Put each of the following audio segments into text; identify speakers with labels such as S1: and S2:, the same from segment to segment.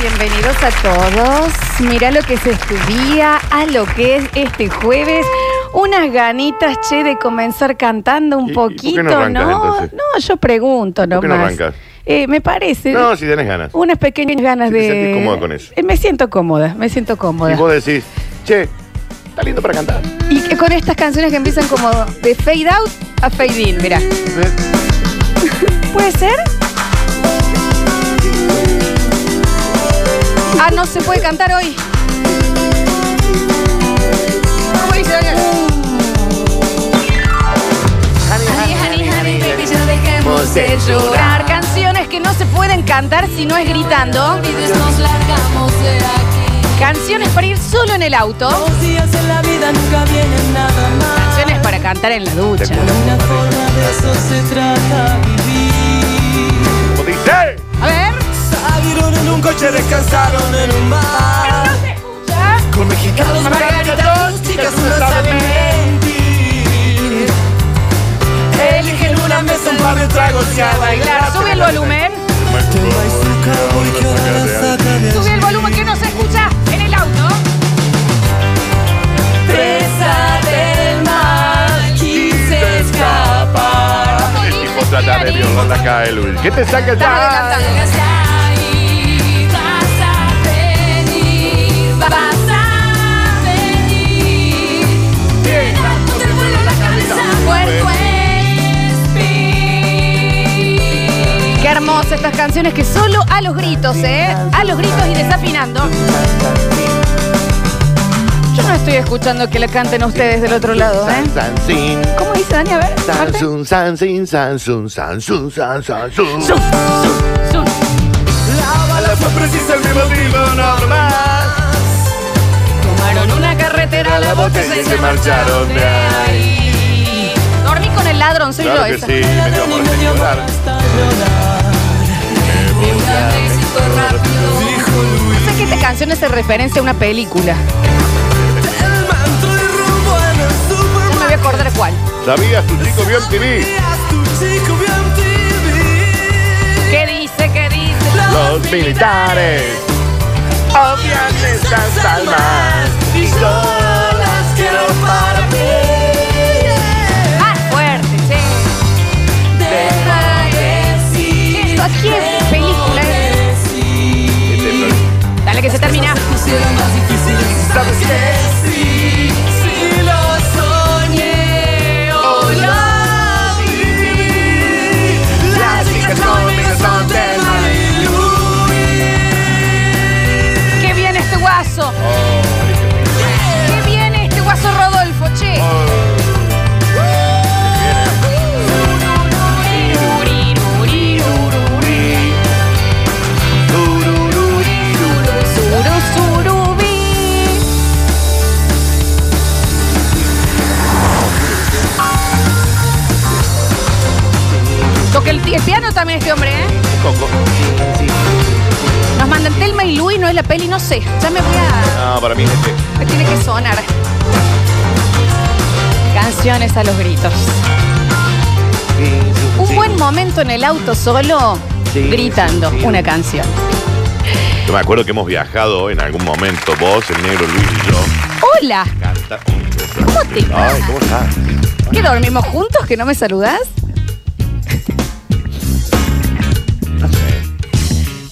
S1: bienvenidos a todos. Mira lo que se estudia, a lo que es este jueves. Unas ganitas, che, de comenzar cantando un
S2: ¿Y- y por qué
S1: poquito,
S2: no arrancas,
S1: ¿no?
S2: entonces?
S1: No, yo pregunto nomás.
S2: ¿Por qué no arrancas?
S1: Eh, me parece.
S2: No, si tenés ganas.
S1: Unas pequeñas ganas
S2: Si te
S1: de.
S2: sentís cómoda con eso.
S1: Eh, me siento cómoda, me siento cómoda.
S2: Y
S1: Y,
S2: vos decís, che, está lindo para cantar.
S1: que con estas canciones que empiezan como de fade out a fade in, mira.
S2: ¿Ves?
S1: ¿Puede ser? Ah, no se puede cantar hoy. ¿Cómo dice Daniel? Honey, honey, honey, baby, ya dejemos de llorar. Canciones que no se pueden cantar si no es gritando.
S3: Nos largamos de aquí.
S1: Canciones para ir solo en el auto.
S3: Los días en la vida nunca vienen nada más.
S1: Canciones para cantar en la ducha.
S3: De una forma de eso se trata vivir.
S2: Como dice,
S1: A ver.
S3: Salieron en un coche, descansaron en un bar. Con mexicanos, margaritas, dos chicas, una sabe mentir. Eligen una mesa, un par de tragos y a bailar.
S1: Sube el volumen.
S3: Lleva su cowboy que ahora saca de
S1: Sube el volumen que no se escucha en el auto.
S3: Presa del mar, quise escapar.
S2: el tipo trata de violarla acá, el Luis. ¿Qué te saca
S1: Estaba
S2: ya?
S1: adelantando.
S3: Llegaste ahí, vas a venir, vas a venir. Te damos el vuelo a la cabeza, Puerto Espín.
S1: Qué hermosas estas canciones que solo a los gritos, ¿eh? A los gritos y desafinando. Yo no estoy escuchando que la canten ustedes del otro lado, ¿eh?
S2: San, san, sin.
S1: ¿Cómo dice Dani? A ver.
S2: San,
S1: parte.
S2: sun, san, sin, san, sun, san, sun, san, san, sun.
S1: Zum, zum, zum.
S3: La bala fue precisa, el mismo tiro normal.
S1: Tomaron una carretera a la botella y se marcharon de ahí. Dormí con el ladrón, soy yo
S2: Claro que
S1: esa.
S2: sí, me dio por llorar.
S1: No sé que esta canción hace referencia a una película. No me voy a acordar cuál.
S2: ¿Sabías tu chico vio MTV?
S1: ¿Qué dice? ¿Qué dice?
S2: Los militares obvian estas almas y yo las quiero para mí.
S1: Más fuerte, sí. ¿Esto aquí es película? ¿eh? Dale que se termina.
S2: ¿Sabes qué? Las chicas conmigo son del
S1: ¡Qué bien este guaso!
S2: Malibu.
S1: ¡Qué bien este guaso Rodolfo, che! Suru, surubí. Toca el, el piano también este hombre, ¿eh?
S2: Coco.
S1: Nos mandan Telma y Luis, no es la peli, no sé. Ya me voy a...
S2: No, para mí es este.
S1: Me tiene que sonar. Canciones a los gritos. Un buen momento en el auto solo, gritando una canción.
S2: Yo me acuerdo que hemos viajado en algún momento, vos, el negro Luis y yo.
S1: ¡Hola!
S2: Canta.
S1: ¿Cómo te
S2: Ay, ¿cómo estás?
S1: ¿Qué dormimos juntos que no me saludás?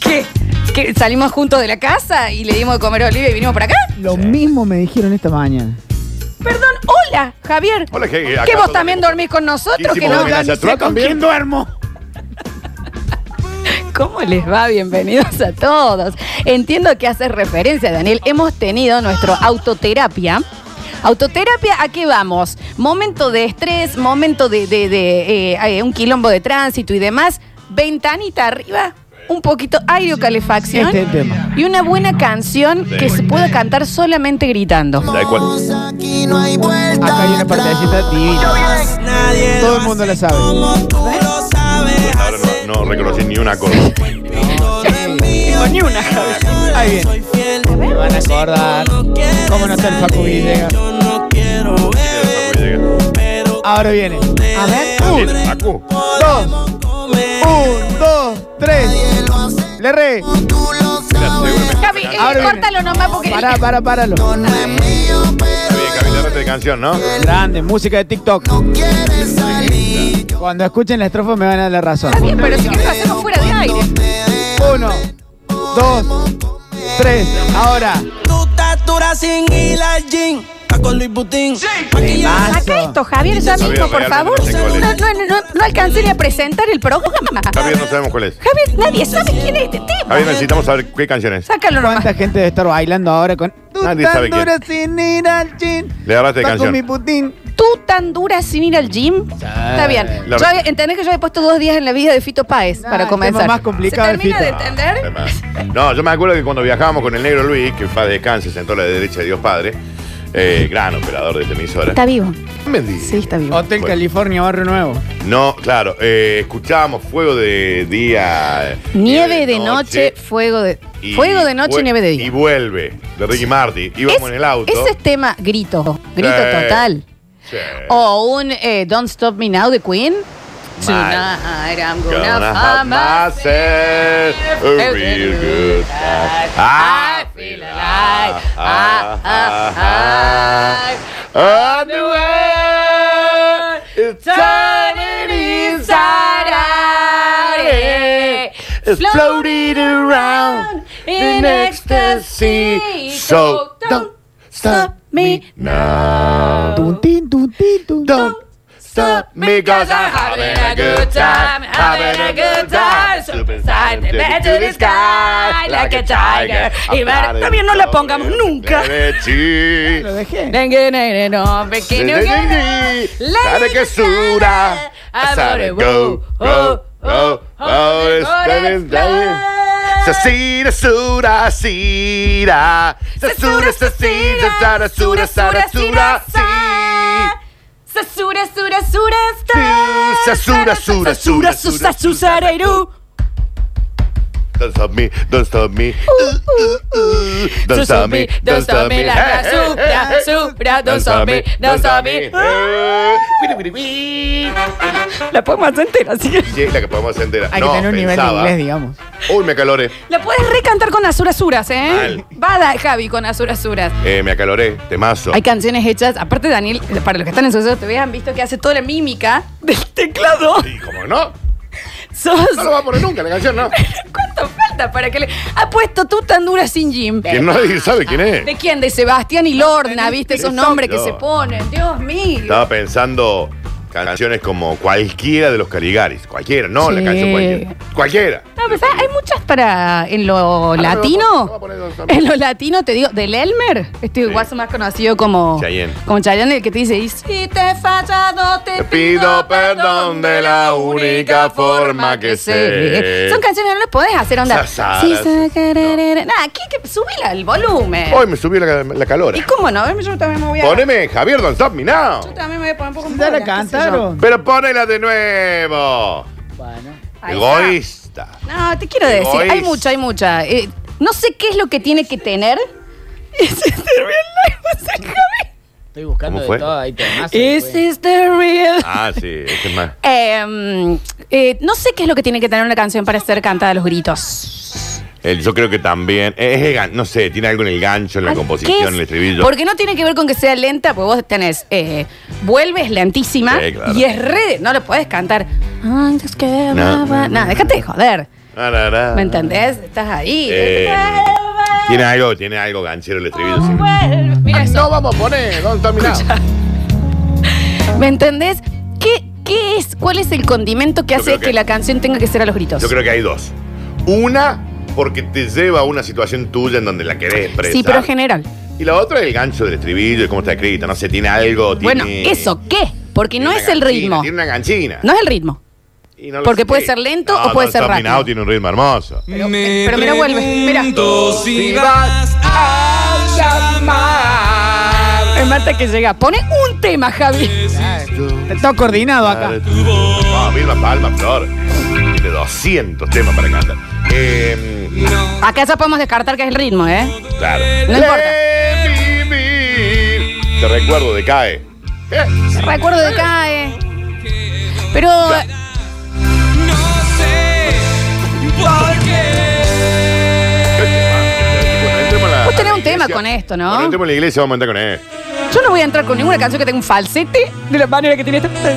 S1: ¿Qué? ¿Que salimos juntos de la casa y le dimos de comer a Olivia y vinimos para acá?
S4: Lo mismo me dijeron esta mañana.
S1: Perdón, hola, Javier.
S2: Hola, ¿qué-
S1: ¿Qué
S2: acaso
S1: vos también
S2: tenemos-
S1: dormís con nosotros? Que
S2: Hicimos
S1: no,
S2: homenaje a
S4: Ni sé
S2: Truá
S4: con
S2: también.
S4: quién duermo?
S1: ¿Cómo les va? Bienvenidos a todos. Entiendo que haces referencia, Daniel. Hemos tenido nuestro autoterapia. Autoterapia, ¿a qué vamos? Momento de estrés, momento de, de- de, eh, eh, un quilombo de tránsito y demás. Ventanita arriba, un poquito aire o calefacción.
S4: Este es el tema.
S1: Y una buena canción
S2: Sí.
S1: que se pueda cantar solamente gritando.
S2: ¿Sabes cuál?
S5: Aquí no hay vuelta.
S4: Acá hay una partecita divina. Todo el mundo la sabe.
S2: Ahora no, no reconocí ni una cosa.
S4: ni una, Ahí viene. Me van a acordar. ¿Cómo no está el Facu Villegas? Ahora viene.
S1: A ver.
S4: Un,
S2: Facu.
S4: dos, un, dos, tres. Le re.
S5: Tú lo
S2: Mira, seguramente
S1: Javi, eh,
S2: esta
S4: Ahora viene.
S1: córtalo nomás porque.
S4: Pará, pará, páralo.
S2: canción- Oye, Javi, la letra de canción, ¿no?
S4: Grande, música de TikTok. Cuando escuchen la estrofa me van a dar la razón.
S1: Está bien, pero si querés lo hacemos fuera de aire.
S4: Uno, dos, tres. Ahora.
S3: Tu tatura sin hila jean. Está con Luis Butín. Maquillaje.
S1: Saca esto, Javier, ya
S2: Javier,
S1: mismo, por
S2: realmente
S1: favor.
S2: no sé cuál
S1: No,
S2: es.
S1: no, no, no alcancé ni a presentar el programa.
S2: Javier, no sabemos cuál es.
S1: Javier, nadie sabe quién es este tipo.
S2: Javier, necesitamos saber qué canción es.
S1: Sácalo nomás.
S4: ¿Cuánta gente debe estar bailando ahora con. Tú
S2: Nadie
S4: tan
S2: sabe quién.
S4: dura sin ir al chin.
S2: Le agarraste de
S4: Está
S2: canción.
S4: con mi putín.
S1: Tú tan dura sin ir al gym. Está bien.
S2: La-
S1: Yo, había- entendés que yo había puesto dos días en la vida de Fito Páez
S4: Nah,
S1: para
S4: el
S1: comenzar.
S4: tema más complicado
S1: ¿Se
S4: del
S1: termina de
S4: Fito.
S1: entender?
S2: Además. No, yo me acuerdo que cuando viajábamos con el negro Luis, que en paz descanse, sentó a la derecha de Dios Padre, eh, gran operador de esta emisora.
S1: Está vivo.
S2: No me digas.
S1: Sí, está vivo.
S4: Hotel
S2: Bueno.
S4: California, Barrio Nuevo.
S2: No, claro, eh, escuchábamos fuego de día.
S1: Nieve de noche, fuego de.
S2: y-
S1: Fuego de noche,
S2: fue-
S1: nieve de
S2: Y
S1: día.
S2: vuelve, de Ricky Marty. Íbamos
S1: Es-
S2: en el auto.
S1: Ese es tema grito. Grito
S2: Sí.
S1: total.
S2: Sí.
S1: O un eh, Don't Stop Me Now de Queen.
S2: Mal.
S1: Tonight I'm gonna
S2: Gonna
S1: find
S2: have
S1: myself
S2: myself a real good time.
S1: I
S2: I
S1: feel
S2: feel
S1: alive.
S2: alive.
S1: Ah, ah, ah.
S2: On the way, it's turning
S1: inside out. yeah.
S2: It's floating around in ecstasy. So don't stop me now.
S4: Tuntín, tuntín, tuntín.
S2: Don't stop me cause I'm having a good time, having a good time. Superside to the sky like a tiger.
S1: Y ver- está bien, no la pongamos nunca.
S2: Sí.
S4: Lo dejé.
S1: No, pequeño que
S2: La de quesura. Sabe go, go, go, go, it's Sasira, sura, sira. Sasura, sasira, sara, sura, sara, sura, si.
S1: Sasura, sura, sura,
S2: Sí, sasura, sura, sura,
S1: susa,
S2: sura,
S1: susarairu.
S2: Don't stop me, don't stop me. Uh, Don't stop me, don't stop me.
S1: la la,
S2: Eh,
S1: supra, supra, don't stop me, don't stop me.
S2: Ah.
S1: La podemos hacer entera, así que.
S2: Sí, la que podemos hacer entera.
S4: Hay
S2: no,
S4: que tener un nivel de
S2: pensaba-
S4: inglés, digamos.
S2: Uy, me acaloré.
S1: La puedes recantar con azurasuras, ¿eh?
S2: Mal.
S1: Bada, Javi, con azurasuras.
S2: Eh, me acaloré, temazo.
S1: Hay canciones hechas, aparte Daniel, para los que están en su te han visto que hace toda la mímica del teclado.
S2: Y como no,
S1: Sos-
S2: no lo va a poner nunca la canción, ¿no?
S1: ¿Cuánto falta para que le. Ha puesto tú tan dura sin Jim.
S2: Que nadie sabe quién
S1: ¿De
S2: es.
S1: quién? De Sebastián y Lorna, ¿viste? Esos nombres que
S2: No.
S1: se ponen. Dios mío.
S2: Estaba pensando canciones como cualquiera de los Caligaris. Cualquiera, no la
S1: Sí.
S2: canción cualquiera. Cualquiera.
S1: No, pero ¿sabes? hay muchas para. En lo
S2: Ah, no,
S1: latino.
S2: vamos a poner dos también.
S1: en lo latino te digo. Del Elmer. Este guaso más conocido como.
S2: Chayanne.
S1: Como Chayanne, el que te dice. "Y Si te he fallado, te,
S2: Te pido perdón de la única forma que sé".
S1: Son canciones que no las podés hacer, onda.
S2: Sasaras,
S1: Sí,
S2: sí,
S1: sacararara. Nah, ¿qué, qué? Subila el volumen.
S2: Hoy me subió la, la calora.
S1: ¿Y cómo no? Yo también me voy a.
S2: Poneme Javier Don't Stop Me Now.
S1: Yo también me voy a poner un poco en
S4: ¿Ya
S1: bola,
S4: la
S1: qué sé yo.
S4: cantaron?
S2: Pero ponela de nuevo.
S4: Bueno.
S1: Ahí está.
S2: Egoísta.
S1: No, te quiero decir,
S2: Egoísta.
S1: hay mucha, hay mucha. Eh, no sé qué es lo que tiene que tener. Is this the real life? O sea, Javi.
S4: Estoy buscando
S2: ¿Cómo fue?
S4: de todo ahí pues. temazos,
S1: Is
S4: güey.
S1: this the real?
S2: Ah, sí, ese es más.
S1: Em, eh, no sé qué es lo que tiene que tener una canción para ser cantada a los gritos.
S2: El- yo creo que también. eh, Es, es gan- no sé, tiene algo en el gancho, en la
S1: Ah,
S2: composición,
S1: ¿qué
S2: en
S1: es?
S2: el estribillo.
S1: Porque no tiene que ver con que sea lenta, porque vos tenés, eh, vuelves lentísima
S2: Sí, claro.
S1: y es re, no lo podés cantar. Ay, es que
S2: No.
S1: va- No, déjate de joder.
S2: Ah, la, la.
S1: ¿Me entendés? Estás ahí.
S2: Eh,
S1: Vuelve.
S2: Tiene algo, tiene algo ganchero el estribillo. sí.
S1: Vuelve. Mira eso.
S2: No vamos a poner, ¿dónde está mi lado?
S1: ¿Me entendés? ¿Qué, qué es? ¿Cuál es el condimento que
S2: Yo
S1: hace
S2: creo
S1: que,
S2: que-
S1: la canción tenga que ser a los gritos?
S2: Yo creo que hay dos. Una, porque te lleva a una situación tuya en donde la querés expresar.
S1: sí, pero en general.
S2: Y la otra es el gancho del estribillo, cómo está escrito, no sé, tiene algo.
S1: Bueno,
S2: tiene-
S1: ¿eso qué? Porque
S2: tiene
S1: no
S2: una
S1: es el
S2: ganchina,
S1: ritmo.
S2: Tiene una ganchina.
S1: No es el ritmo.
S2: Y no lo
S1: porque
S2: sé.
S1: puede ser lento o puede
S2: Don't
S1: ser
S2: Stop Me
S1: rápido.
S2: Now tiene un ritmo hermoso.
S1: Pero, pero mira, vuelve. Mira.
S3: Si vas a llamar.
S1: Me mata que llega. Pone un tema, Javi.
S4: Está todo coordinado acá.
S2: No, Vilma Palma, Flor. Tiene 200 temas para cantar. Eh,
S1: Acá ya podemos descartar que es el ritmo, ¿eh?
S2: claro.
S1: No importa.
S2: Let me be. Te recuerdo de CAE. Eh,
S1: Recuerdo de CAE. Pero
S2: este
S3: No sé por qué.
S1: problema con esto, ¿no?
S2: Cuando entremos en la iglesia vamos a entrar con esto.
S1: Yo no voy a entrar con ninguna canción que tenga un falsete de la manera que tiene este esta.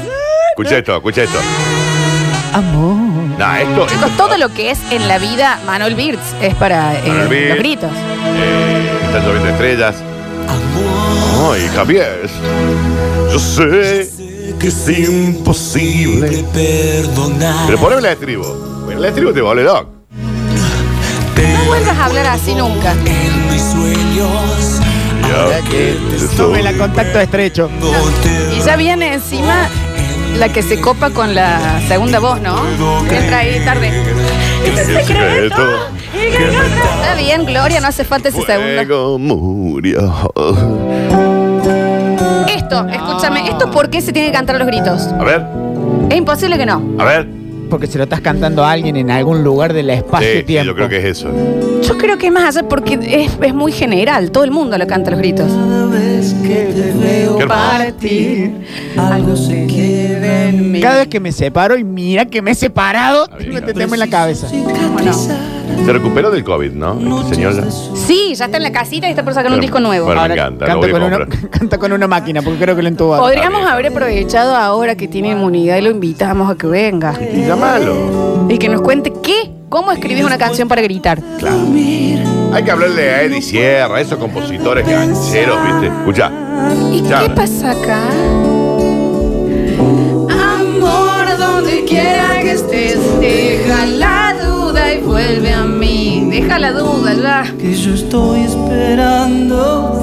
S2: Escucha esto, escucha esto.
S1: Amor.
S2: No, esto.
S1: Chicos, todo lo que es en la vida Manuel Birds es para eh,
S2: Manuel Birz.
S1: los gritos.
S2: Eh, está lloviendo estrellas. Ay, Javier. Yo sé que es imposible.
S3: Perdonar.
S2: Pero poneme la de tribu. Bueno, la de tribu te vuelve loco.
S1: No vuelvas a hablar así nunca.
S3: En mis sueños.
S2: Ya que te
S4: Tuve
S2: estoy-
S4: la contacto estrecho.
S3: No te
S1: Y ya viene encima la que se copa con la segunda voz, ¿no? Que entra ahí tarde.
S2: El secreto
S1: Está bien, Gloria, no hace falta ese segundo.
S2: Fuego murió.
S1: Esto, escúchame, ¿esto por qué se tiene que cantar los gritos?
S2: A ver,
S1: Es imposible que no.
S2: a ver.
S4: Porque se lo estás cantando a alguien en algún lugar del
S2: Sí,
S4: espacio-tiempo.
S2: yo creo que es eso.
S1: Yo creo que es más allá porque es, es muy general, todo el mundo lo canta los gritos.
S2: Qué hermoso.
S1: Algo se queda en mí.
S4: Cada vez que me separo, y mira que me he separado,
S2: bien,
S4: tengo este
S2: Gabriel.
S4: tema en la cabeza.
S2: Se recuperó del COVID, ¿no? Este señor ya.
S1: Sí, ya está en la casita y está por sacar un
S2: Bueno,
S1: disco nuevo.
S2: bueno. me encanta, lo
S4: canta,
S2: voy a
S4: con una,
S2: comprar.
S4: canta con una máquina, porque creo que lo entubaron.
S1: Podríamos haber aprovechado ahora que tiene inmunidad y lo invitamos a que venga.
S2: Y llámalo.
S1: Y que nos cuente qué, cómo escribís una canción para gritar.
S2: Claro. Hay que hablarle a Eddie Sierra, esos compositores gancheros, ¿viste? Escucha.
S1: ¿Y qué
S2: Llama.
S1: pasa acá? Amor, donde quiera que estés, deja la duda y vuelve a mí. Deja la duda ya.
S5: Que yo estoy esperando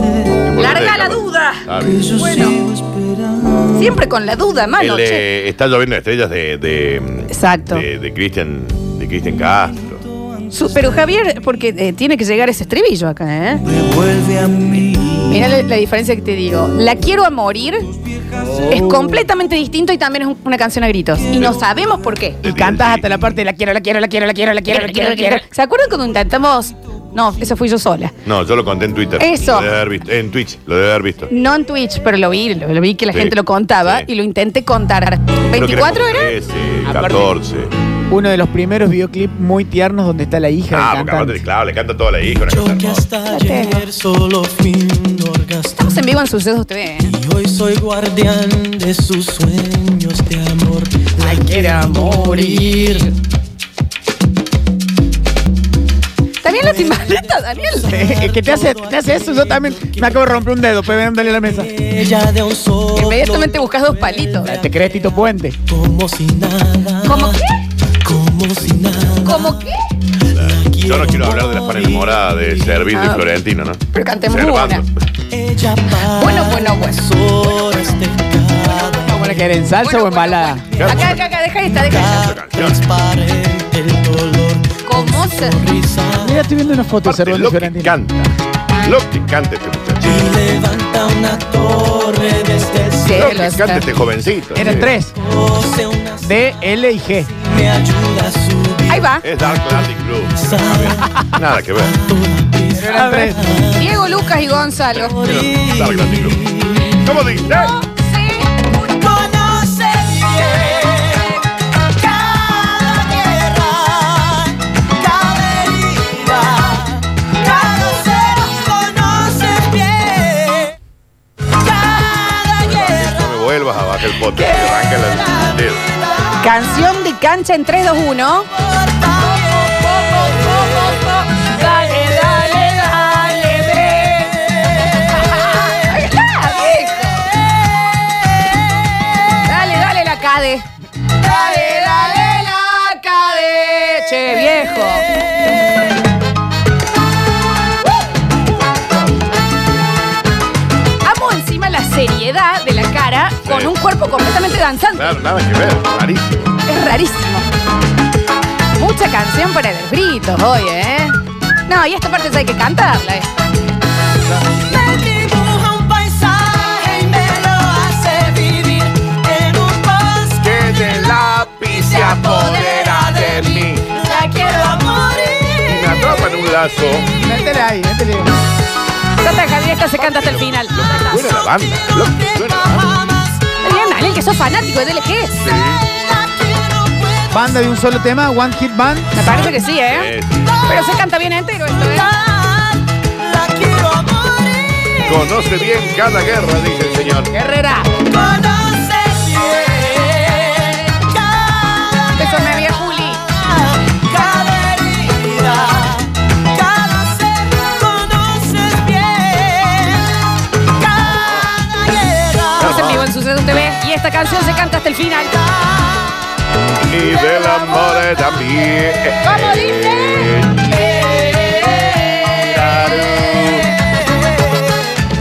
S1: Larga la duda.
S2: Ah,
S5: Que
S2: bien.
S5: yo sigo esperando
S1: Siempre con la duda, mano.
S2: El,
S1: che.
S2: eh, está lloviendo estrellas de. de
S1: Ah, Exacto.
S2: De, de Cristian de Cristian Castro.
S1: Su- pero Javier, porque eh, tiene que llegar ese estribillo acá, ¿eh?
S5: Revuelve a mí
S1: Mira la, la diferencia que te digo. La quiero a morir
S2: Oh.
S1: es completamente distinto y también es un- una canción a gritos. Y no sabemos por qué.
S4: Y cantas hasta la parte de la quiero, la quiero, la quiero, la quiero, la quiero, la quiero, la quiero.
S1: ¿Se acuerdan cuando intentamos? No, eso fui yo sola.
S2: No, yo lo conté en Twitter.
S1: Eso.
S2: Lo debe haber visto. En Twitch, lo debe haber visto.
S1: No en Twitch, pero lo vi, lo, lo vi que la
S2: Sí,
S1: gente lo contaba
S2: sí.
S1: y lo intenté contar.
S2: Creo que
S1: ¿24
S2: como
S1: era?
S2: 13,
S4: Aparte-
S2: 14.
S4: Uno de los primeros videoclips muy tiernos donde está la hija
S2: Ah,
S4: del
S2: porque
S4: cantante.
S2: aparte, claro, le canta toda la hija. una cosa
S5: Yo que
S2: hermosa.
S5: hasta
S1: La tengo.
S5: ayer solo fui un orgasmo
S1: Estamos en vivo en Sucesos TV. ¿eh?
S5: Y hoy soy guardián de sus sueños de amor La quiero morir
S1: También la timbaleta, Daniel.
S4: Es que te hace, te hace eso, yo también me acabo de romper un dedo, pero ven, dale a la mesa.
S5: Ella de un solo
S1: Inmediatamente buscas dos palitos.
S4: ¿Te crees Tito Puente?
S5: Como si nada
S1: ¿Cómo qué?
S5: Como si nada
S1: ¿Cómo qué?
S2: Yo no quiero hablar de la panemorada de Servil de
S1: Ah.
S2: Florentino, ¿no?
S1: Pero cantemos
S2: Servando.
S1: una.
S5: Ella para
S1: Bueno, bueno, bueno.
S5: las horas de cada
S4: ¿Cómo la querés? ¿En salsa
S1: Bueno,
S4: o en
S1: bueno,
S4: balada?
S1: bueno. Acá, acá, acá, deja esta, deja esta.
S5: transparente el dolor
S1: ¿Cómo se.?
S5: risa
S4: Mira, estoy viendo una foto de
S2: Aparte,
S4: Cervantes
S2: lo que
S4: Fiorentino.
S2: canta. Lo que canta este muchacho.
S5: y levanta una torre desde el
S1: Sí.
S5: cielo
S2: Lo
S1: Pero
S2: que
S1: está-
S2: canta este jovencito.
S4: Eran
S2: Sí.
S4: tres,
S5: se una
S4: D, L y G.
S5: me ayuda a subir
S1: Ahí va.
S2: Es Dark Atlantic Club. Nada que ver.
S5: toda
S4: Pero eran tres.
S1: Diego, Lucas y Gonzalo.
S2: Pero Dark Atlantic Club. ¿Cómo dice?
S1: Sí.
S5: conoces bien cada guerra cada herida cada ser conoces bien cada
S2: No
S5: guerra
S2: me vuelvas a bajar el pote. Me arranca la- el dedo.
S1: Canción de cancha en 3, 2, 1.
S5: dale dale dale
S1: Dale, dale la cade. Dale, dale la cade. Che, viejo. Uh. Amo encima la seriedad de la cara con
S2: Sí.
S1: un cuerpo completamente danzante.
S2: Claro, nada que ver. Rarísimo.
S1: Es rarísimo. Mucha canción para los gritos hoy, ¿eh? No, y esta parte ya hay que cantarla. eh.
S5: Me dibuja un paisaje y me lo hace vivir en un bosque
S2: de lápiz
S5: se apodera de mí. La quiero a morir.
S2: Me atrapa en un lazo.
S4: Métela ahí, métela ahí.
S1: Ya está, Javier, esta se canta hasta el final.
S2: Buena la banda. Lo que suena la banda.
S1: Está bien, Daniel, que sos fanático de DLG.
S5: pues
S4: Banda de un solo tema, One Hit Band.
S1: Me parece que sí, ¿eh?
S2: Sí, sí.
S1: Pero se canta bien entero esto, ¿eh?
S5: La quiero a morir.
S2: Conoce bien cada guerra, dice el señor.
S1: Herrera,
S5: Conoces bien cada
S1: eso me había Juli.
S5: Cada herida, cada ser conoces bien, cada
S1: Estamos en vivo
S5: guerra.
S1: en Suceso TV y esta canción se canta hasta el final.
S2: Y del amor también.
S1: ¿Cómo dice?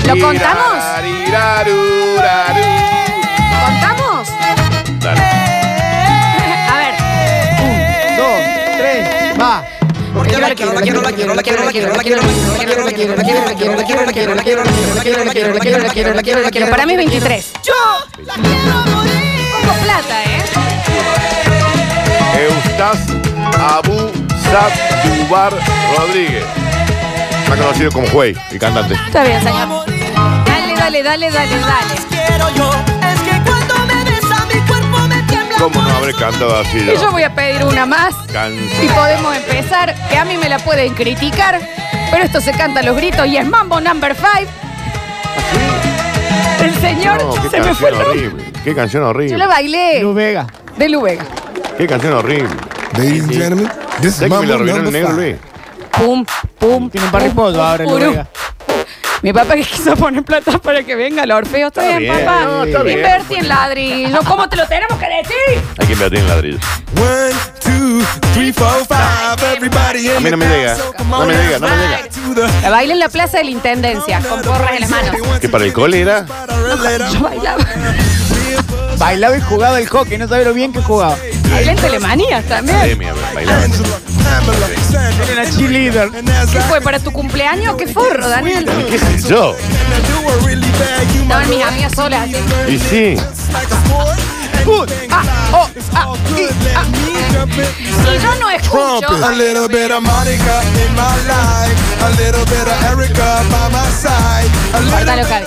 S1: ¿Lo contamos? ¿Contamos?
S2: Dale.
S1: A ver.
S4: Dos, tres, va.
S5: Porque la quiero, la quiero, la quiero, la quiero, la quiero, la quiero, la quiero, la quiero, la quiero, la quiero, la quiero, la quiero, la quiero, la quiero, la quiero, la quiero, la quiero, la quiero, la quiero.
S1: Para mí es 23.
S5: Yo la quiero a morir.
S1: Poco plata, ¿eh?
S2: Eustace Abu Sad Dubar Rodríguez. Más conocido como Juey, el cantante.
S1: Está bien, señor. Dale, dale, dale, dale, dale.
S5: Quiero yo. Es que cuando me besa mi cuerpo me tiembla.
S2: ¿Cómo no habré cantado así
S1: Y yo
S2: yo?
S1: voy a pedir una más.
S2: Canción.
S1: Y podemos empezar, que a mí me la pueden criticar, pero esto se canta a los gritos y es Mambo Number 5. El señor
S2: No, qué
S1: se me fue
S2: canción
S1: el nombre.
S2: horrible. Qué canción
S1: Yo la
S2: horrible.
S1: bailé
S4: Lu Vega.
S1: de Lu Vega.
S2: Qué canción horrible.
S6: Ladies and gentlemen, this
S2: Sé
S6: is
S2: que
S6: my
S2: me la arruinó
S6: number
S2: el negro Luis.
S6: five.
S1: Pum, pum.
S4: Tiene un par de
S1: pum,
S4: pollos
S1: pum,
S4: ahora, Lu
S1: puru.
S4: Vega.
S1: Mi papá que quiso poner plata para que venga el Orfeo. Está,
S2: Está
S1: bien,
S2: bien,
S1: papá.
S2: no, está bien. pues.
S1: Invertí en ladrillo. ¿Cómo te lo tenemos que decir?
S2: Hay que invertir en ladrillos.
S6: One, two, three, four, five. Everybody in
S2: A mí no me
S6: the
S2: diga,
S6: house, so come
S2: no
S6: on
S2: me
S6: out.
S2: diga, no me diga.
S6: Right to the-
S1: La bailé en la plaza de la Intendencia, con porras en las manos.
S2: ¿Que para el cole era?
S1: Yo bailaba.
S4: Bailaba y jugaba el hockey, no sabía lo bien que jugaba.
S1: Bailé en Telemanías también.
S2: Pandemia, bailaba.
S4: Era una cheerleader.
S1: ¿Qué fue? ¿Para tu cumpleaños? ¡Qué forro, Daniel!
S2: ¿Qué sé yo?
S1: Estaban mis amigas solas. así.
S2: Y sí.
S4: Put.
S1: Ah, oh, ah, y, ah. Si yo no
S6: A
S2: pues.
S1: escucho,
S6: little bit of Monica in my life, a little bit of Erica by my side, a
S1: Cortalo,
S6: little
S1: Javi.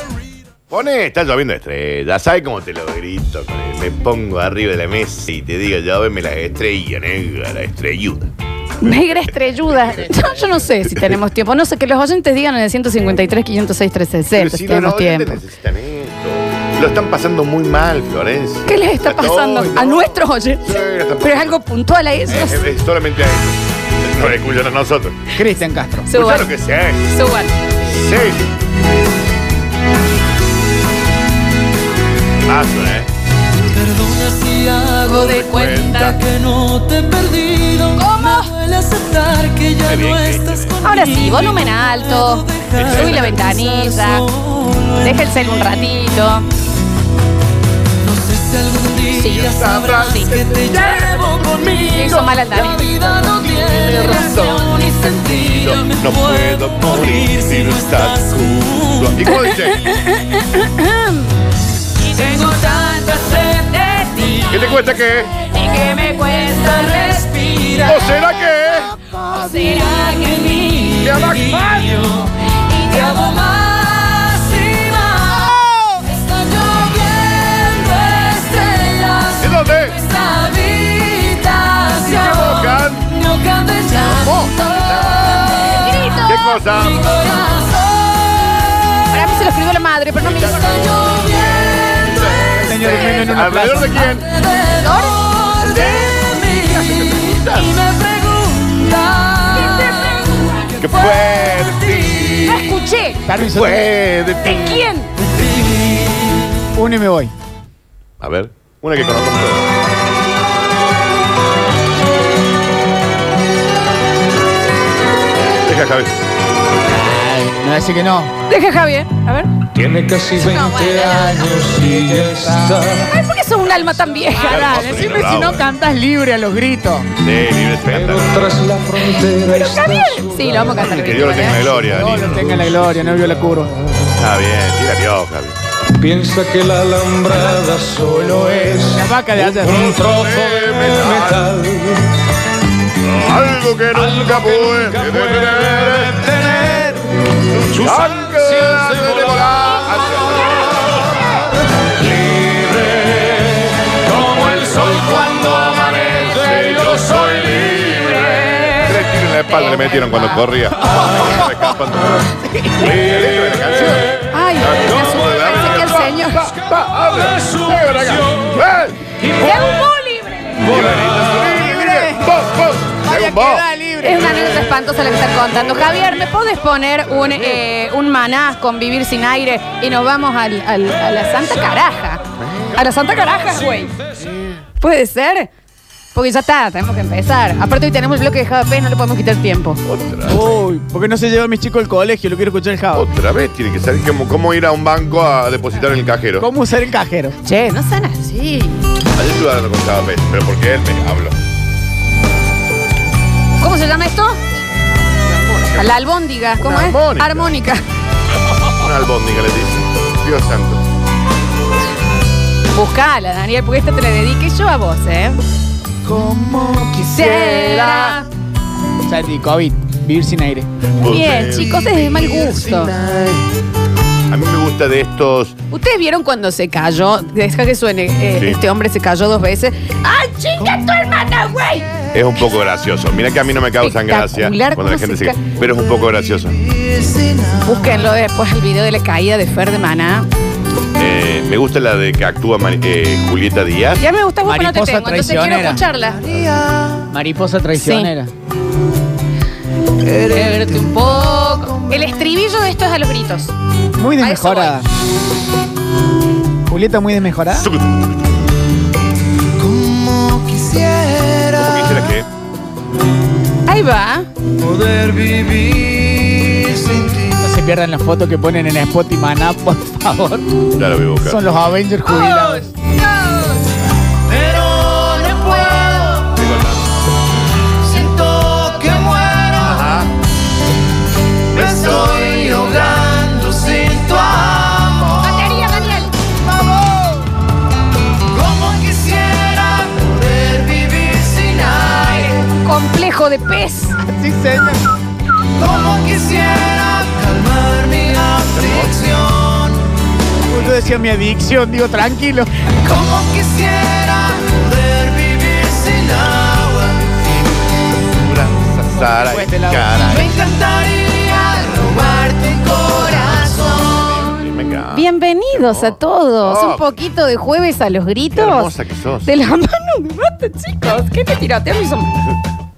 S2: Pone, está lloviendo estrellas, ¿sabes cómo te lo grito? con el- Me pongo arriba de la mesa y te digo, llámeme la estrella negra, la estrelluda.
S1: Negra estrelluda. Yo, yo no sé si tenemos tiempo. No sé, que los oyentes digan en el 153, 506, 360 si pues
S2: no,
S1: tenemos
S2: no,
S1: tiempo.
S2: necesitan esto. Lo están pasando muy mal, Florencia.
S1: ¿Qué les está pasando?
S2: Ay, no.
S1: A nuestros oyentes.
S2: Sí, está-
S1: Pero es algo puntual a
S2: Eh,
S1: ellos.
S2: eh, eh, solamente a ellos. No escuchan a nosotros.
S4: Cristian Castro.
S2: Escucha
S1: Suban,
S2: lo que sea.
S1: suban.
S2: Sí. Paso, ¿eh?
S5: Perdona si hago de cuenta que no te he perdido.
S1: ¿Cómo?
S5: Me duele aceptar que ya
S2: Qué bien
S5: no
S2: que
S5: estás
S2: hiciste.
S5: conmigo.
S1: Ahora sí, volumen alto.
S5: Dejar
S1: Subí la
S5: de pensar
S1: ventanilla.
S5: solo en
S1: Deja el cel un ratito.
S5: No sé si algún día
S1: Sí.
S5: sabrás
S1: Sí.
S5: que te llevo conmigo.
S1: Le hizo mal al Dani.
S5: La vida no tiene razón ni sentido.
S2: No,
S5: Me
S2: no puedo morir si no estás junto. a mí. ¿Y cómo dice?
S5: Y tengo tanta sed de ti
S2: ¿Qué te cuesta que?
S5: y que me cuesta respirar.
S2: ¿O será que?
S5: ¿O será que mi
S2: ¿Te amas más?
S5: y te amo más y más? Están lloviendo
S2: ¿Y
S5: estrellas
S2: dónde?
S5: en esta
S2: ¿Y qué
S5: habitación.
S2: buscan?
S5: No cambies ya.
S2: Oh. ¿Qué cosa?
S5: Mi corazón
S1: Para mí se lo escribió la madre, pero no me importa.
S5: está lloviendo
S4: Señor Jiménez en una
S2: ¿Alrededor
S4: plaza.
S2: de quién?
S5: alrededor de mí y me preguntas
S2: Que fue de
S1: No
S2: ti.
S1: escuché.
S4: Permiso.
S2: Fue de ti.
S1: ¿De quién?
S4: Uno y me voy.
S2: A ver, una que conozco. Deja, Javi.
S4: No voy a decir que no.
S1: Deja a Javier. A ver.
S7: Tiene casi 20
S1: bueno, no.
S7: años y ya está.
S1: Ay, ¿por qué sos un alma tan vieja?
S4: Pará,
S2: vos,
S4: decime
S2: Señor
S4: si no
S2: Laura.
S4: cantas libre a los gritos.
S2: Sí, libre
S7: Pero
S2: espectáculo.
S7: tras la frontera está
S1: Javier. Sí, lo vamos a cantar.
S2: Que Dios lo tenga en gloria,
S4: No
S2: Dani.
S4: lo tenga la gloria, no vio la curva.
S2: Está bien, tira Dios, Javi.
S7: Piensa que la alambrada solo es
S4: La vaca de ayer.
S7: un trozo de metal.
S2: Algo que nunca puede detener.
S7: Tener
S2: Su sangre de volar.
S7: como el sol cuando amanece, yo soy libre.
S2: Tres tiros en la
S1: sí.
S2: espalda le metieron cuando corría. Se escapan. Sí, la letra de la canción.
S1: Ay, me asustó, me parece que el señor.
S2: Abre su
S1: ¡Es un boli! Es una anécdota espantosa la que están contando. Javier, ¿me podés poner un, eh, un manás con vivir sin aire y nos vamos al- al- a la Santa Caraja? A la Santa Caraja, güey. ¿Puede ser? Porque ya está, tenemos que empezar. Aparte hoy tenemos el bloque de JP, no le podemos quitar tiempo.
S4: Uy, porque no se lleva a mis chicos al colegio, lo quiero escuchar el jabo.
S2: Otra vez tiene que salir como cómo ir a un banco a depositar en el cajero.
S4: ¿Cómo usar el cajero?
S1: Che, no sean así.
S2: Ayer estuve hablando con Chávez, pero porque él me habló.
S1: ¿Cómo se llama esto? La albóndiga, ¿cómo es?
S2: Una armónica.
S1: Armónica.
S2: Una albóndiga le dice. Dios santo.
S1: Buscala, Daniel, porque esta te la dediqué yo a vos, ¿eh?
S4: Como
S1: Será.
S4: Santi, COVID, vivir sin aire.
S1: Bien, chicos, es de mal gusto.
S2: A mí me gusta de estos.
S1: ¿Ustedes vieron cuando se cayó? Deja que suene. eh,
S2: Sí.
S1: Este hombre se cayó dos veces. ¡Ay, chinga tu hermana, güey!
S2: Es un poco gracioso. Mira que a mí no me causan gracia
S1: Espectacular
S2: cuando la
S1: cómo
S2: gente
S1: se
S2: se.
S1: ca-
S2: Pero es un poco gracioso.
S1: Búsquenlo después el video de la caída de Fer de Maná.
S2: Eh, me gusta la de que actúa Mari- eh, Julieta Díaz.
S1: Ya me gusta vos pero no te
S4: Mariposa
S1: tengo, entonces quiero
S4: traicionera.
S1: escucharla.
S4: Mariposa traicionera.
S1: Quererte un poco. El estribillo de esto es a los gritos.
S4: Muy
S1: eso
S4: desmejorada. Julieta muy desmejorada.
S3: Como
S2: Como
S3: quisiera
S2: quisiera que.
S1: Ahí va.
S3: poder vivir sin ti.
S4: No se pierdan las fotos que ponen en Spot y Maná, por favor.
S2: Ya lo voy a
S4: Son
S2: buscar.
S4: los Avengers jubilados.
S3: Pero no puedo,
S2: Tengo la-
S3: siento que muero.
S2: Ajá.
S3: Me estoy ahogando sin tu amor.
S1: Batería, Daniel.
S3: Como quisiera poder vivir sin aire.
S1: Complejo de pez.
S4: Sí, señor.
S3: Como quisiera calmar mi aflicción.
S4: Yo decía mi adicción, digo tranquilo.
S3: Como quisiera poder vivir sin agua.
S2: Sara y
S4: Pues, de lado.
S2: cara.
S3: Me encantaría robarte un corazón.
S2: Sí, me encanta.
S1: Bienvenidos a todos.
S2: Oh.
S1: Un poquito de jueves a los
S2: Qué
S1: gritos.
S2: hermosa que sos.
S1: De la mano de bata, chicos. ¿Qué te tirotean mis hombros?